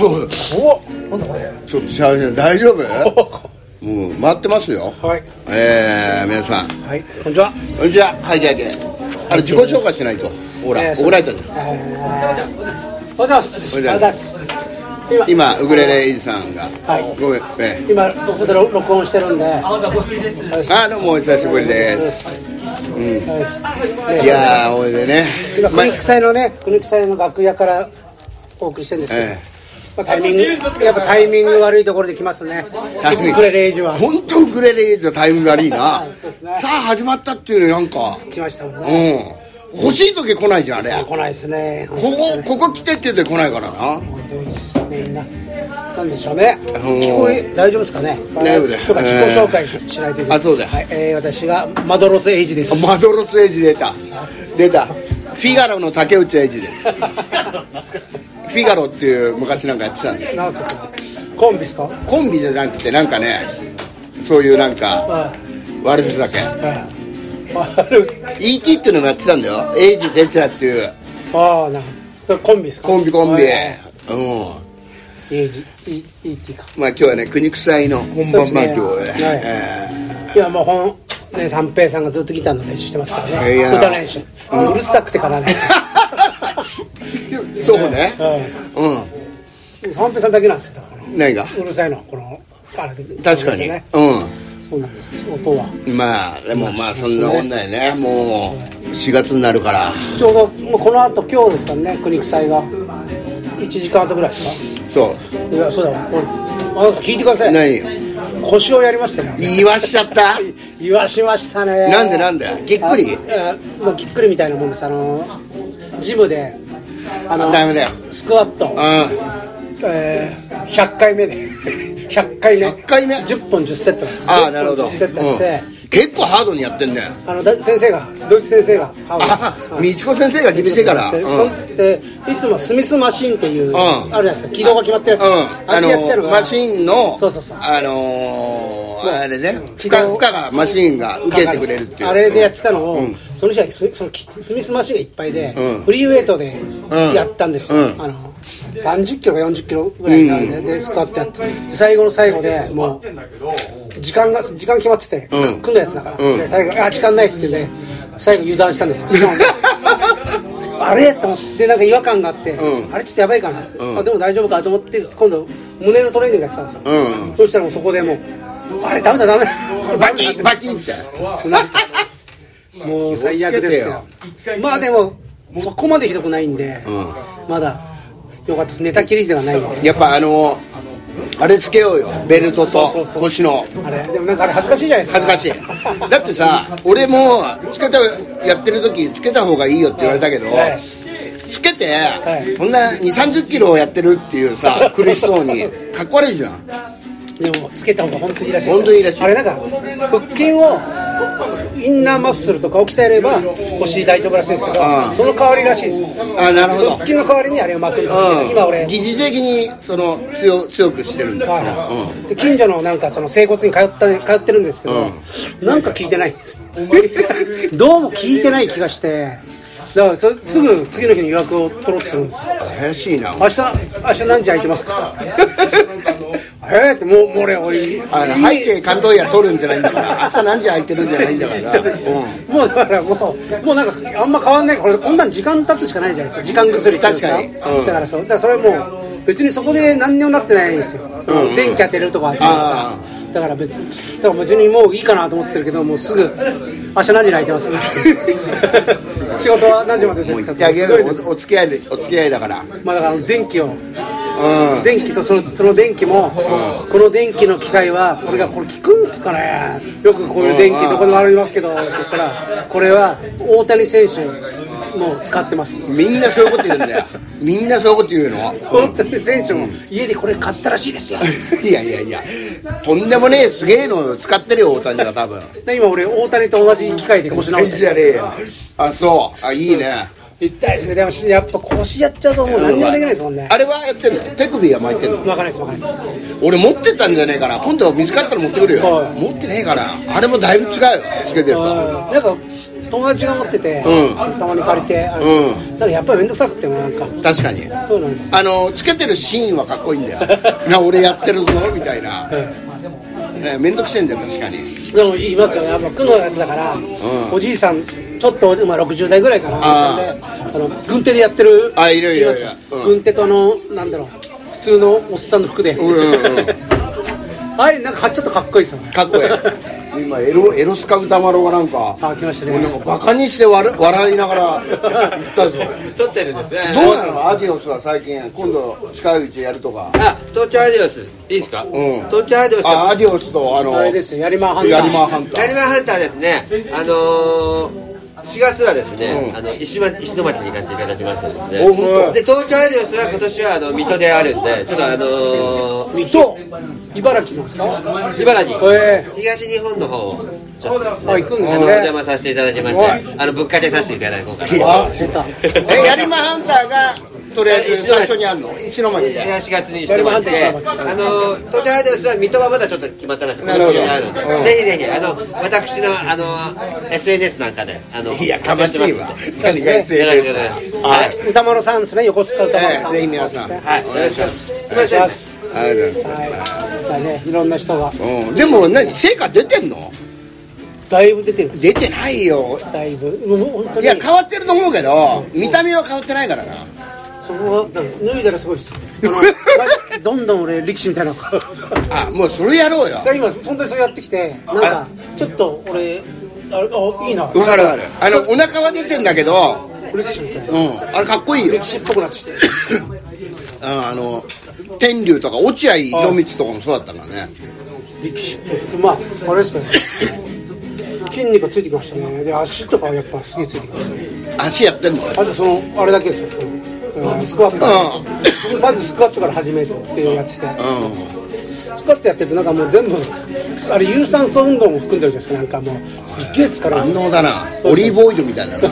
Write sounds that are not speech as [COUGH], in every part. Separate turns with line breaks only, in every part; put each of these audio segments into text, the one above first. おなんだこれ
ちょっとしゃべれない大丈夫もう待ってますよ
はい
えー、皆さんこ
はいこんにちは
んにちははいじゃあけあれ自己紹介しないとほら
えーそう
怒られたじゃん
おはようございます
おはようございます今ウクレレイさんが、
はい
ごめんえ
今ここで録音してるんでは
ーあどうもお久しぶりです
い
いやーおいでね
今
まあ
国木祭のね国木祭の楽屋からお送りしてるんですけど、
え
まあ、タイミングやっぱタイミング悪いところで来ますね
タイミング
これレイジは
本当ウクレレイのタイムが悪いな
そうですね
さあ始まったっていうのになんか
来ましたもんね
うん欲しい時来ないじゃんあれこ
来ないですね
こここ来てって言って来ないからな
みんななんでしょうね聞こえ大丈夫ですかね
大丈夫だよ
そうか自己紹介しないといけない
あそうだよ
はい、えー、私がマドロスエイジです
マドロスエイジ出た出たフィガロの竹内エイジですフ
[LAUGHS]
ィガロっていう昔なんかやってたんで
なんすかそれコンビですか
コンビじゃなくてなんかねそういうなんか
は
悪ふざけ
いはい悪い
ET っていうのもやってたんだよエイジ出ちゃっていう
ああなるほどそれコンビですか
コンビコンビ
はい
うん
エイジイイティか
まあ今日はね国臭いの本番マークを
そう
ね
ですねはいいやもうほんね三平さんがずっとギターの練習してますから
い
ね
や
歌の練習、ううるさくてからないです
えー [LAUGHS] そうねう
三平さんだけなんですよだから
ん何が
うるさいのはこのあれ
確かに
ね
うん
そうなんです音は
まあでもまあそんなもんだよねもう4月になるから
ちょうどもうこの後今日ですからね国区祭が一時間後ぐらいです
そ
かいやそうだわ俺あのさん聞いてくださ
う
い
何よ
腰をやりましたよ
言わしちゃった
言わしましたね
なんでなんでぎっくり
ああもうぎっくりみたいなもんですあのジムであの
ダメだよ
スクワット、
う
えー、100回目で [LAUGHS] 100回目
100回目
10本10セットなんです
んああなるほど、
10
う
本10セットやって、
ん、結構ハードにやってんだよ
あのだ先生がドイツ先生が顔が
あ
はい
みちこ先生が厳しいからうん
で
う
そ
ん
んでいつもスミスマシンっていう、
ん
あるじゃないですか軌道が決まってるやつ、あ
あ
れやってる
の
のが
マシンの
そうそうそう
あのーあれね負荷
軌道
負荷がマシンが受けてくれるっていう
あれでやってたのを、
うん
その日はスそのきスミスマシンがいっぱいで、
うん
フリーウェイトでやったんですよ、
うん
あの30キロか40キロぐらいで,、でスクワットやって最後の最後でもう時間が時間決まってて、
うん
組んだやつだから、
うん
で最後あ時間ないってね最後油断したんですよ [LAUGHS] あれと思ってなんか違和感があって、
うん
あれちょっとやばいかな、
うん
あでも大丈夫かと思って今度胸のトレーニングやってたんですよ、
うんうん
そしたらもうそこでもうあれダメだ
[LAUGHS]
ダメだ
バキッバキッって
もう最悪ですよまあでもそこまでひどくないんで、
ん
まだよかったです寝たきりではないんで
やっぱあのーあれつけようよベルトと
そうそうそう
腰の
あれでもなんかあれ恥ずかしいじゃないですか
恥ずかしいだってさ俺もつけたやってる時つけた方がいいよって言われたけど、
はい
つけて、
い
こんな2 3 0キロをやってるっていうさ
[LAUGHS]
苦しそうにかっこ悪いじゃん
でもつけた方が本当にいいらしいです
本当にいいらしい
あれなんか腹筋をインナーマッスルとかを鍛えれば腰大丈夫らしいんですけど
うん
その代わりらしいですよ
あなるほど
腹筋の代わりにあれを巻くんです
うん
今俺
疑似的にその強強くしてるんだよ、
はいで近所のなんかその整骨に通った通ってるんですけど、なんか聞いてないんですよ [LAUGHS] どうも聞いてない気がしてだからそすぐ次の日に予約を取ろうとするんですよ
うん、怪しいな
明日明日何時空いてま
[LAUGHS]
すかえーってもうもう俺おい
あの背景感動や取るんじゃないんだから朝何時空いてるんじゃないんだ
[LAUGHS]
からさ、う
もうだからもうもうなんかあんま変わんないからこれこんなん時間経つしかないじゃないですか時間薬っていうんです
確かにうん
だからそうだからそれもう別にそこで何にもなってないんですよその電気当てれるとかあって
あ
だから別にだから別にもういいかなと思ってるけどもうすぐ明日何時泣いてます
[LAUGHS]
仕事は何時までで
ん、もう言
すか
ってあげる
すごい
よ
です
おお付き合いでお付き合いだからう
まあだから電気を
ん
電気とそのその電気も、この電気の機械はこれがこれ効くんですかねよくこういう電気どこでもありますけどって言ったらこれは大谷選手も使ってます
みんなそういうこと言うん
[LAUGHS]
だよみんなそういうこと言うの
大谷選手も家でこれ買ったらしいですよ
いやいやいやとんでもねえすげえの使ってるよ大谷が多分
で今俺大谷と同じ機械で腰直して
じゃねえよあそうあいいね
痛いですねでもやっぱ腰やっちゃうともう何にもできないですもんね
あれはやってんの手首は巻いてんの
分かんないです分かんないです
俺持ってったんじゃねえから今度見つかったら持ってくるよ
はい
持ってねえからあれもだいぶ違うよつけてると
なんか友達が持ってて、
うん
たまに借りてあるんですけど、なんかやっぱり面倒くさくてもなんか
確かに
そうなんですよ
あのつけてるシーンはかっこいいんだよ
[LAUGHS]
な俺やってるぞみたいな、ね、めんどくせえんだよ確かに
でも言いますよねあの区のやつだから、おじいさんちょっと、まあ、60代ぐらいかな
あ
であの軍手でやってる
あいるいるいる
ます
うん
軍手とあのなんだろう普通のおっさんの服で、
うんうんうん
[LAUGHS] あれなんかちょっとかっこいいですよね
かっこええ今エロエロスカ歌丸がなんか
あ来ましたね
もうなんかバカにして笑笑いながら言ったぞ
撮ってるんですね
どうなのアディオスは最近今度近いうちやるとか
あ東京アディオスいいですか、東京アディオス
あアディオスとあの
あれ
ヤ
ですよやりまはん
リマーハンタ
ヤリ
ー
マンハンターですねあのー4月はですね、あの石ま石巻に行かせていただきましたですね
お本当
で東京アディオスは今年はあの水戸であるんでちょっとあの
水戸茨城なんですか
ー、茨城、
え
東日本の方をちょっとですね
あ行くんですね
あのお邪魔させていただきましてあのぶっかけさせていただこうかな
えー、あ出た
えヤリマーハンターがとりあえず最初にあるの石巻
いや4月にしてもらって、
や
あ
り
の
まはん
東京アイドルスは水戸はまだちょっと決まってなくて、
なるほど
今年にな
う
る
ん
んでぜひぜひ、あの私のあの SNS なんかで、あの
いやかましいわ
何が
SNS だ
は
はい
い、
歌丸さんですね横須賀歌丸
え
さ
え
ん、
ぜひ皆さん
はい、
お願いします
すみません
あり
ね、
がとうございます
はい、だね、いろんな人が
うん、でも何成果出てんの
だいぶ出てるんです
出てないよ
だいぶもう本当
い
に
や変わってると思うけど見た目は変わってないから [LAUGHS] な
そこはだから脱いだらすごいですどんどん俺力士みたいな顔だか
あもうそれやろうよ
ら今本当にそれやってきてなんかちょっと俺ああいいな
わかるわかるあのお腹は出てんだけど
力士みたいな
うんあれかっこいいよ
力士っぽくなってきて
ああの天竜とか落合博光とかもそうだったからね
力士っぽくまああれですかね筋肉がついてきましたねで足とかはやっぱすげえついてきましたね
足やってんの
まずそのあれだけですようんスクワットまずスクワットから始めるっていうのをやってて
う
スクワットやってるとなんかもう全部あれ有酸素運動も含んでるじゃないですかなんかもうすっげえ疲れる
ん万能だなオリーブオイルみたいだな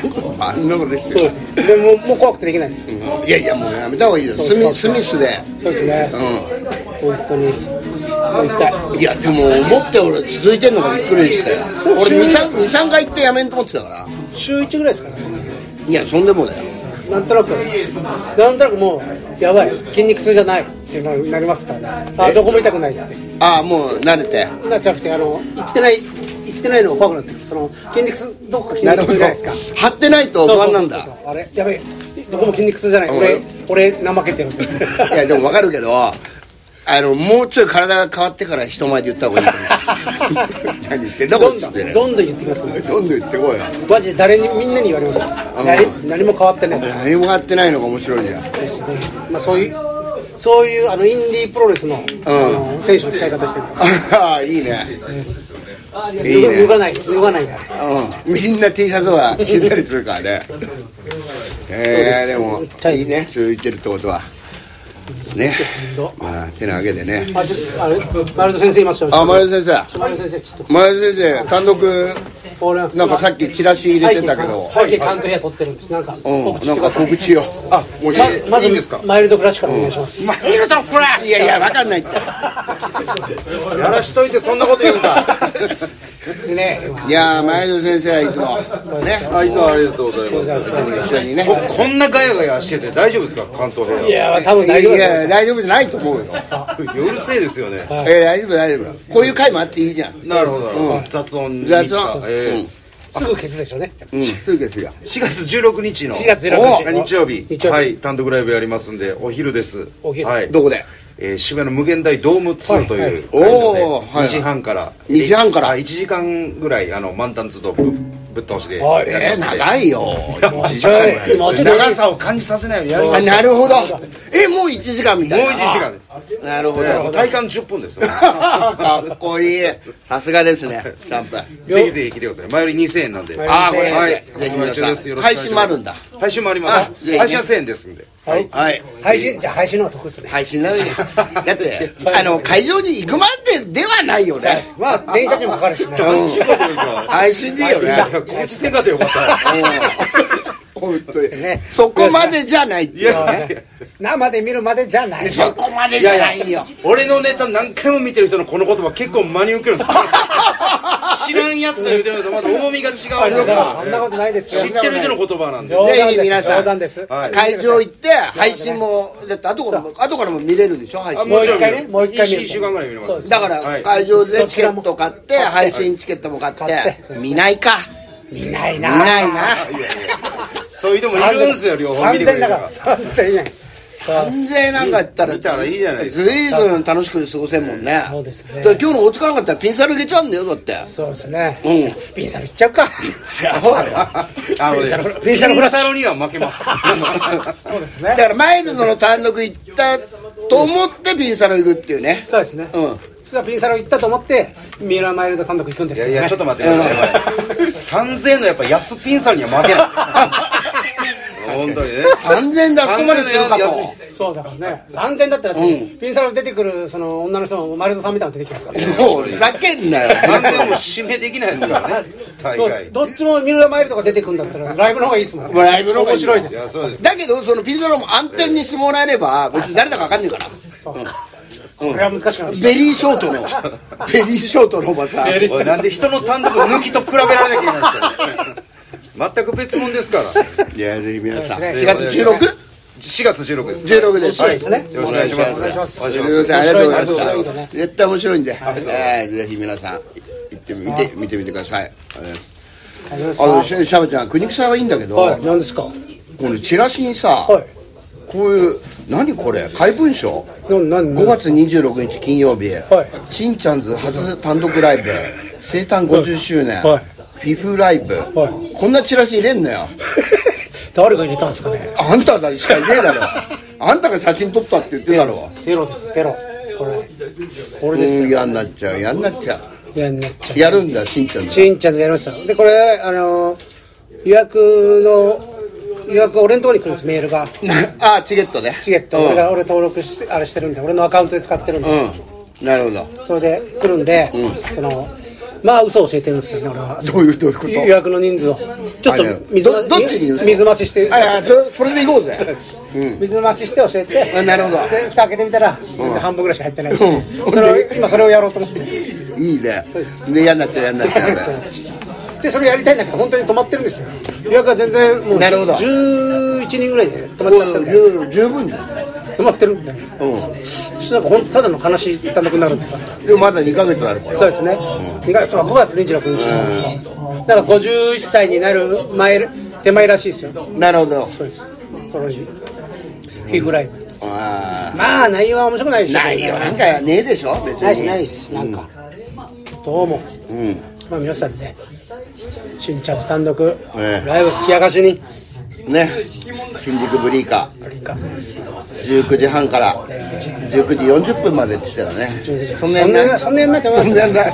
[LAUGHS] 万能です
そ
よ、
うでもうもう怖くてできないです
うんいやいやもうやめた方がいいよスミスミスで
そうですね
う
本当にもう痛い
んいやでも思って俺続いてんのがびっくりしたよ俺23回行ってやめんと思ってたから
週1ぐらいですからね
いやそんでもだよ
なんとなくなんとなくもうやばい筋肉痛じゃないっていうのになりますからねあどこも痛くないって
ああもう慣れて
なっちゃくてあの生きてない生きてないのが怖くなってくるその筋肉痛どこか筋肉痛じゃないですか
張ってないと不安なんだ
そうそうそうそうあれやばいどこも筋肉痛じゃない俺俺怠けてるんで
いやでも分かるけどあのもうちょい体が変わってから人前で言った方がいいと [LAUGHS] 思う何言ってんだこ
ど
い
ん
つ
ど
っ
ん
てね
どんどん言ってきますから
どんどん言ってこいよ
マジで誰にみんなに言われました
うん
何何も変わってない
何も変わってないのが面白いじゃん
ですねまあ、そういうそういうあのインディープロレスの,、あの選手の使い方してる
あ [LAUGHS] あいいねいい
脱
ね、
がない脱がないから
うん、みんな T シャツは着てたりするからね
[LAUGHS]
えー、でも
はい
いいね続いてるってことはね
ど
まあ手なわけでね
あちょっとあれ丸田先生いますよ
あ前田先
丸田先生ちょっ
生前田先生単独
と俺
なんかさっきチラシ入れてたけど
背景関東部屋撮ってるんですなんか、
うん、なんか告知を。あ、もういい。
まずマイルドクラッシュからお願いします、
マイルドフラッシュいやいや、わかんないって。
やらしといてそんなこと言うんだ
でね
いやー、前田先生はいつも。ね。
あいつはありがとうございます
一緒にね。
ここんなガヤガヤしてて大丈夫ですか関東
い
平
や多分
いや
大丈夫
いや、大丈夫
だと思い
じゃないと思うよ。
野うるせえですよね
えー、大丈夫、大丈夫。こういう回もあっていいじゃん。
なるほど、雑音にした
雑音
え
ますすぐ消すでしょうね
うん、すぐですよ。
ー、4月16日の
4月
お
16日
日曜日
日曜日
はい単独ライブやりますんでお昼です
お昼
はい
どこで
えー、渋谷の無限大ドーム
はい
2という
はいお
お
ーはい
2時半から
2時半から
あ1時間ぐらいあの満タンツとぶぶっ通しで
はい
えー、長いよ。
1時間ぐらい
もうちょっと
長さを感じさせないようにやりま
あ、
すも
なるほど。え、もう1時間みた
う
いな。
1時間
間。なるほど。
体感10分です
[LAUGHS]
よ
かっこいい。さすがですね、シャンプー。
ぜひぜひ来てください前より2000円なんで
あー、これ、
はい
ぜひ皆さ
よろしくお願いし
ん。
ます
配信もあるんだ。
配信もあり
あ
ま
ぜひ
す
ね
配信は1000円ですんで
はい
はい。
配信じゃあ配信の方が得ですね
配信 [LAUGHS] なのに。だって、あの、会場に行くまでではないよね。
まあ電車にもかかるしね
配信でいいよね。
告知せんかったよかった
[LAUGHS] 本当に。そこまでじゃないっていうね。
生で見るまでじゃない
そこまでじゃないよ。
[LAUGHS]
俺のネタ何回も見てる人のこの言葉結構真に受けるんですよし知らんやつが言うてるのとまた重みが違う
そうか
そんなことないですよ
知ってる人の言葉なんで
冗談です
ぜひ皆さん
冗談です
はい
会場行って配信もだって後からも後からも見れるでしょ配信
もう一回ねもう一回見る
1週間ぐらい見れます
だから
はい
会場でチケット買って配信チケットも買って
買って
見ないか
見ない
見
な
ないな
そういう人もいるんですよ両方見てくれ
3000
る
だ
か
からら3000円さあ
安全なんかやったら
見たらいいじゃないです
ずいぶん楽しく過ごせんもんね
そうですね
だから今日の大塚なんかだったらピンサル入れちゃうんだよだって
そうですね
うん
ピンサロいっちゃうか
[LAUGHS] あのね
ピンサロフラッシュ
ピンサロには負けます
そうです
だ
ね
からマイルドの単独行ったと思ってピンサロ行くっていうね
そうですね
うん
実はピンサロ行ったと思ってミラーマイルド単独行くんで
い
す
や
よ
い
ね
やちょっと待ってくださいやばい3000のやっぱ安ピンサロには負けない本当にね
3000であそこまで強かと
そうだからね3000だったらだってピンサロ出てくるその女の人もマイルドさんみたいなの出てきますから
もうふざけんなよ
3000も指名できないですからね大会
どどっちもミラーマイルドが出てくるんだったらライブの方がいいですもんね
もうライブの方がい
面
い
白いで
い
す
やそうです
だけどそのピンサロも暗転にしてもらえれば別に誰だか分かんねえから
これは難しくなる
ベリーショートのベリーショートのおばさん
ベリー
おいなんで人の単独抜きと比べられなきゃいけないんですかね [LAUGHS] 全く別物ですから
いやぜひ皆さん
そうで
4
す
ね
月16
4月16です
16です
そうですね
よろしくお願いします
お願いします
お願いし
とい
ま
うことでありがとうございま
面
し
白いね
た絶対面白いんでえーぜひ皆さん行ってみて見てみてくださいありがとうございます
あり
あ
がとうござい
の
ます
シャシャバちゃん国草はいいんだけど
はい
こ
何ですかは
のチラシにさ
い
こういう何これ怪文書
な何
5月26日金曜日、
はい
しんちゃんズ初単独ライブ生誕50周年、
はい
フィフライブ、
はい
こんなチラシ入れんのよ
[LAUGHS] 誰が入れたんですかね
あんただしかいねえだ
[LAUGHS]
ろあんたが写真撮ったって言ってたろ
テロですテロこれこれ
う
です
ん
よ
嫌になっちゃう嫌になっちゃう
いやなっちゃう
やるんだしんちゃんズ
しんちゃんでやりましたでこれあの予約の予約が俺のところに来るんですメールが
[LAUGHS] あチケットね
チケット、俺が俺登録してあれしてるんで俺のアカウントで使ってるん
う
で、
ん、うん、なるほど
それで来るんで、そのまあ嘘を教えてるんですけどね俺は
どういうどういうこ
予
と
約の人数をちょっ
あいや
と水増
どどっちに
水増しして
あいやそそれで行こうぜ
水増しして教えて
あなるほど
で蓋開けてみたら全然半分ぐらいしか入ってない、
うん
それを今それをやろうと
[LAUGHS]
思って
いいね
うです
で嫌になっちゃう嫌になっちゃう
でそれやりたいんだけど本当に止まってるんですよ予約は全然もう
なるほど
11人ぐらいで止まっちゃった
うんん
で
十十分です
止まってるみたいな
うん
ちょっとなんかほんとただの悲しい単独になるんですよ
でもまだ2ヶ月あるから
そうですね、2月は5月26日なんか51歳になる前手前らしいですよそ
なるほど
うですその日フィフライブ
あ
まあ内容は面白くないで
ー
しょ
ないよなんかねえでしょ別に
ないしないしなんか、どうも
うん
まあ皆さんね新茶単独、
ええ
ライブ冷やかしに
ね新宿ブリーカ
あれ [LAUGHS] か
ー19時半から19時40分までって言ってたね
そ
そ
ん
ん
な
な
や
や
ん
ん
な
ない
そんなやんないと思います
そんなやんない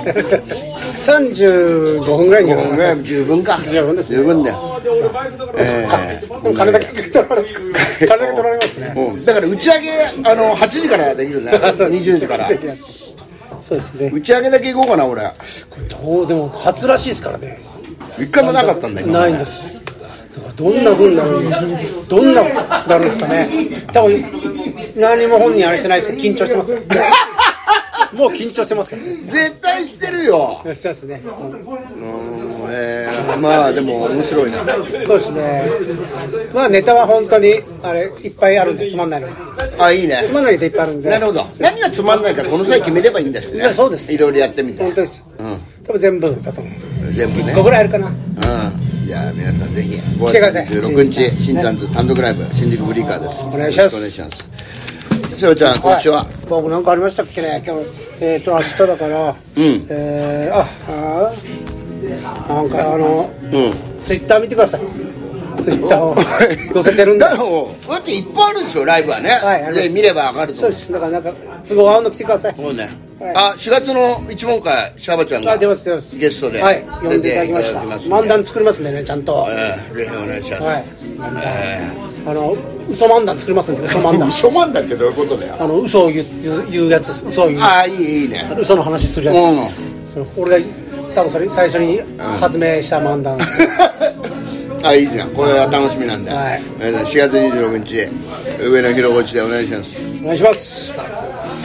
35分ぐらいに
もうぐらい [LAUGHS] 十分か
十分ですね
十分だよええ
でも金だけ取られます金だけ取られますね
うんだから打ち上げあの8時からできるね
[LAUGHS] そうです
20時から
できますそうですね
打ち上げだけ行こうかな俺
どうでも初らしいですからね
一回もなかったんだよ今ま
ないんですだからどんな風になるんですどんな風になるんですかね多分何も本人あれしてないですけど緊張してますよ [LAUGHS] もう緊張してますよね
絶対してるよ
そうですね
うんええまあでも面白いな
そうですね。まあネタは本当にあれいっぱいあるんでつまんないの。
あいいね
つまんないネタいっぱいあるんで。
なるほど。何がつまんないかこの際決めればいいんだし
い
ね。
やそうです
いろいろやってみて。
本当です。
うん。
多分全部だと思う。
全部ね。
5ぐらいあるかな。
うん。じゃあ皆さんぜひ。5
来てください
16日、新山ズ単独ライブ、新宿ブリーカーです。お
願いします
お願いします。しおちゃん、こんにちは。
僕なんかありましたっけね。今日えっ、と明日だから。えーああーなんかあの
うん。
ツイッター見てください。ツイッターを載せてるんで
だ。ろう。だっていっぱいあるでしょ、ライブはね。
はいあります
で、見ればわかると
そう
思う
で。す。だからなんか都合合うの来てください。
そうね。
はい
あ、4月の一問会、シャバちゃんが
あ出ます出ます。
ゲストで
はい。呼んでいただきまし
出て
た。
いただきますんで
漫談作りますんでねちゃんと。
ええぜひお願いします。
はい
え
あの嘘漫談作りますんで嘘漫
え [LAUGHS]
談。
嘘まんだってどういうことだよ。
あの嘘を言う言う言うやつです嘘を言う
ああ、いい、いいね。
嘘の話するやつ、
うん。
その俺が多分それ最初に発明した漫談、
[LAUGHS] あいいじゃんこれは楽しみなんで、
はい
皆さん4月26日上野広小路でお願いします
お願いします
さ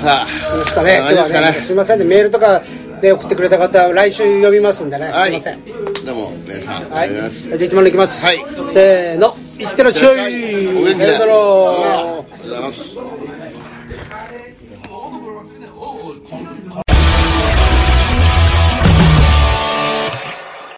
あ
どうですかね
こんな感じですか
今日は
ね
ねすみませんねメールとかで送ってくれた方来週読みますんでね、
はい
すいません
どうも皆さん
は
あ
い
り
じ
がとうござい
ゃあ
ます
1番でいきます、
はい
せーのいってらっしゃい
お元気
さ
で
よなら
ありがとうございます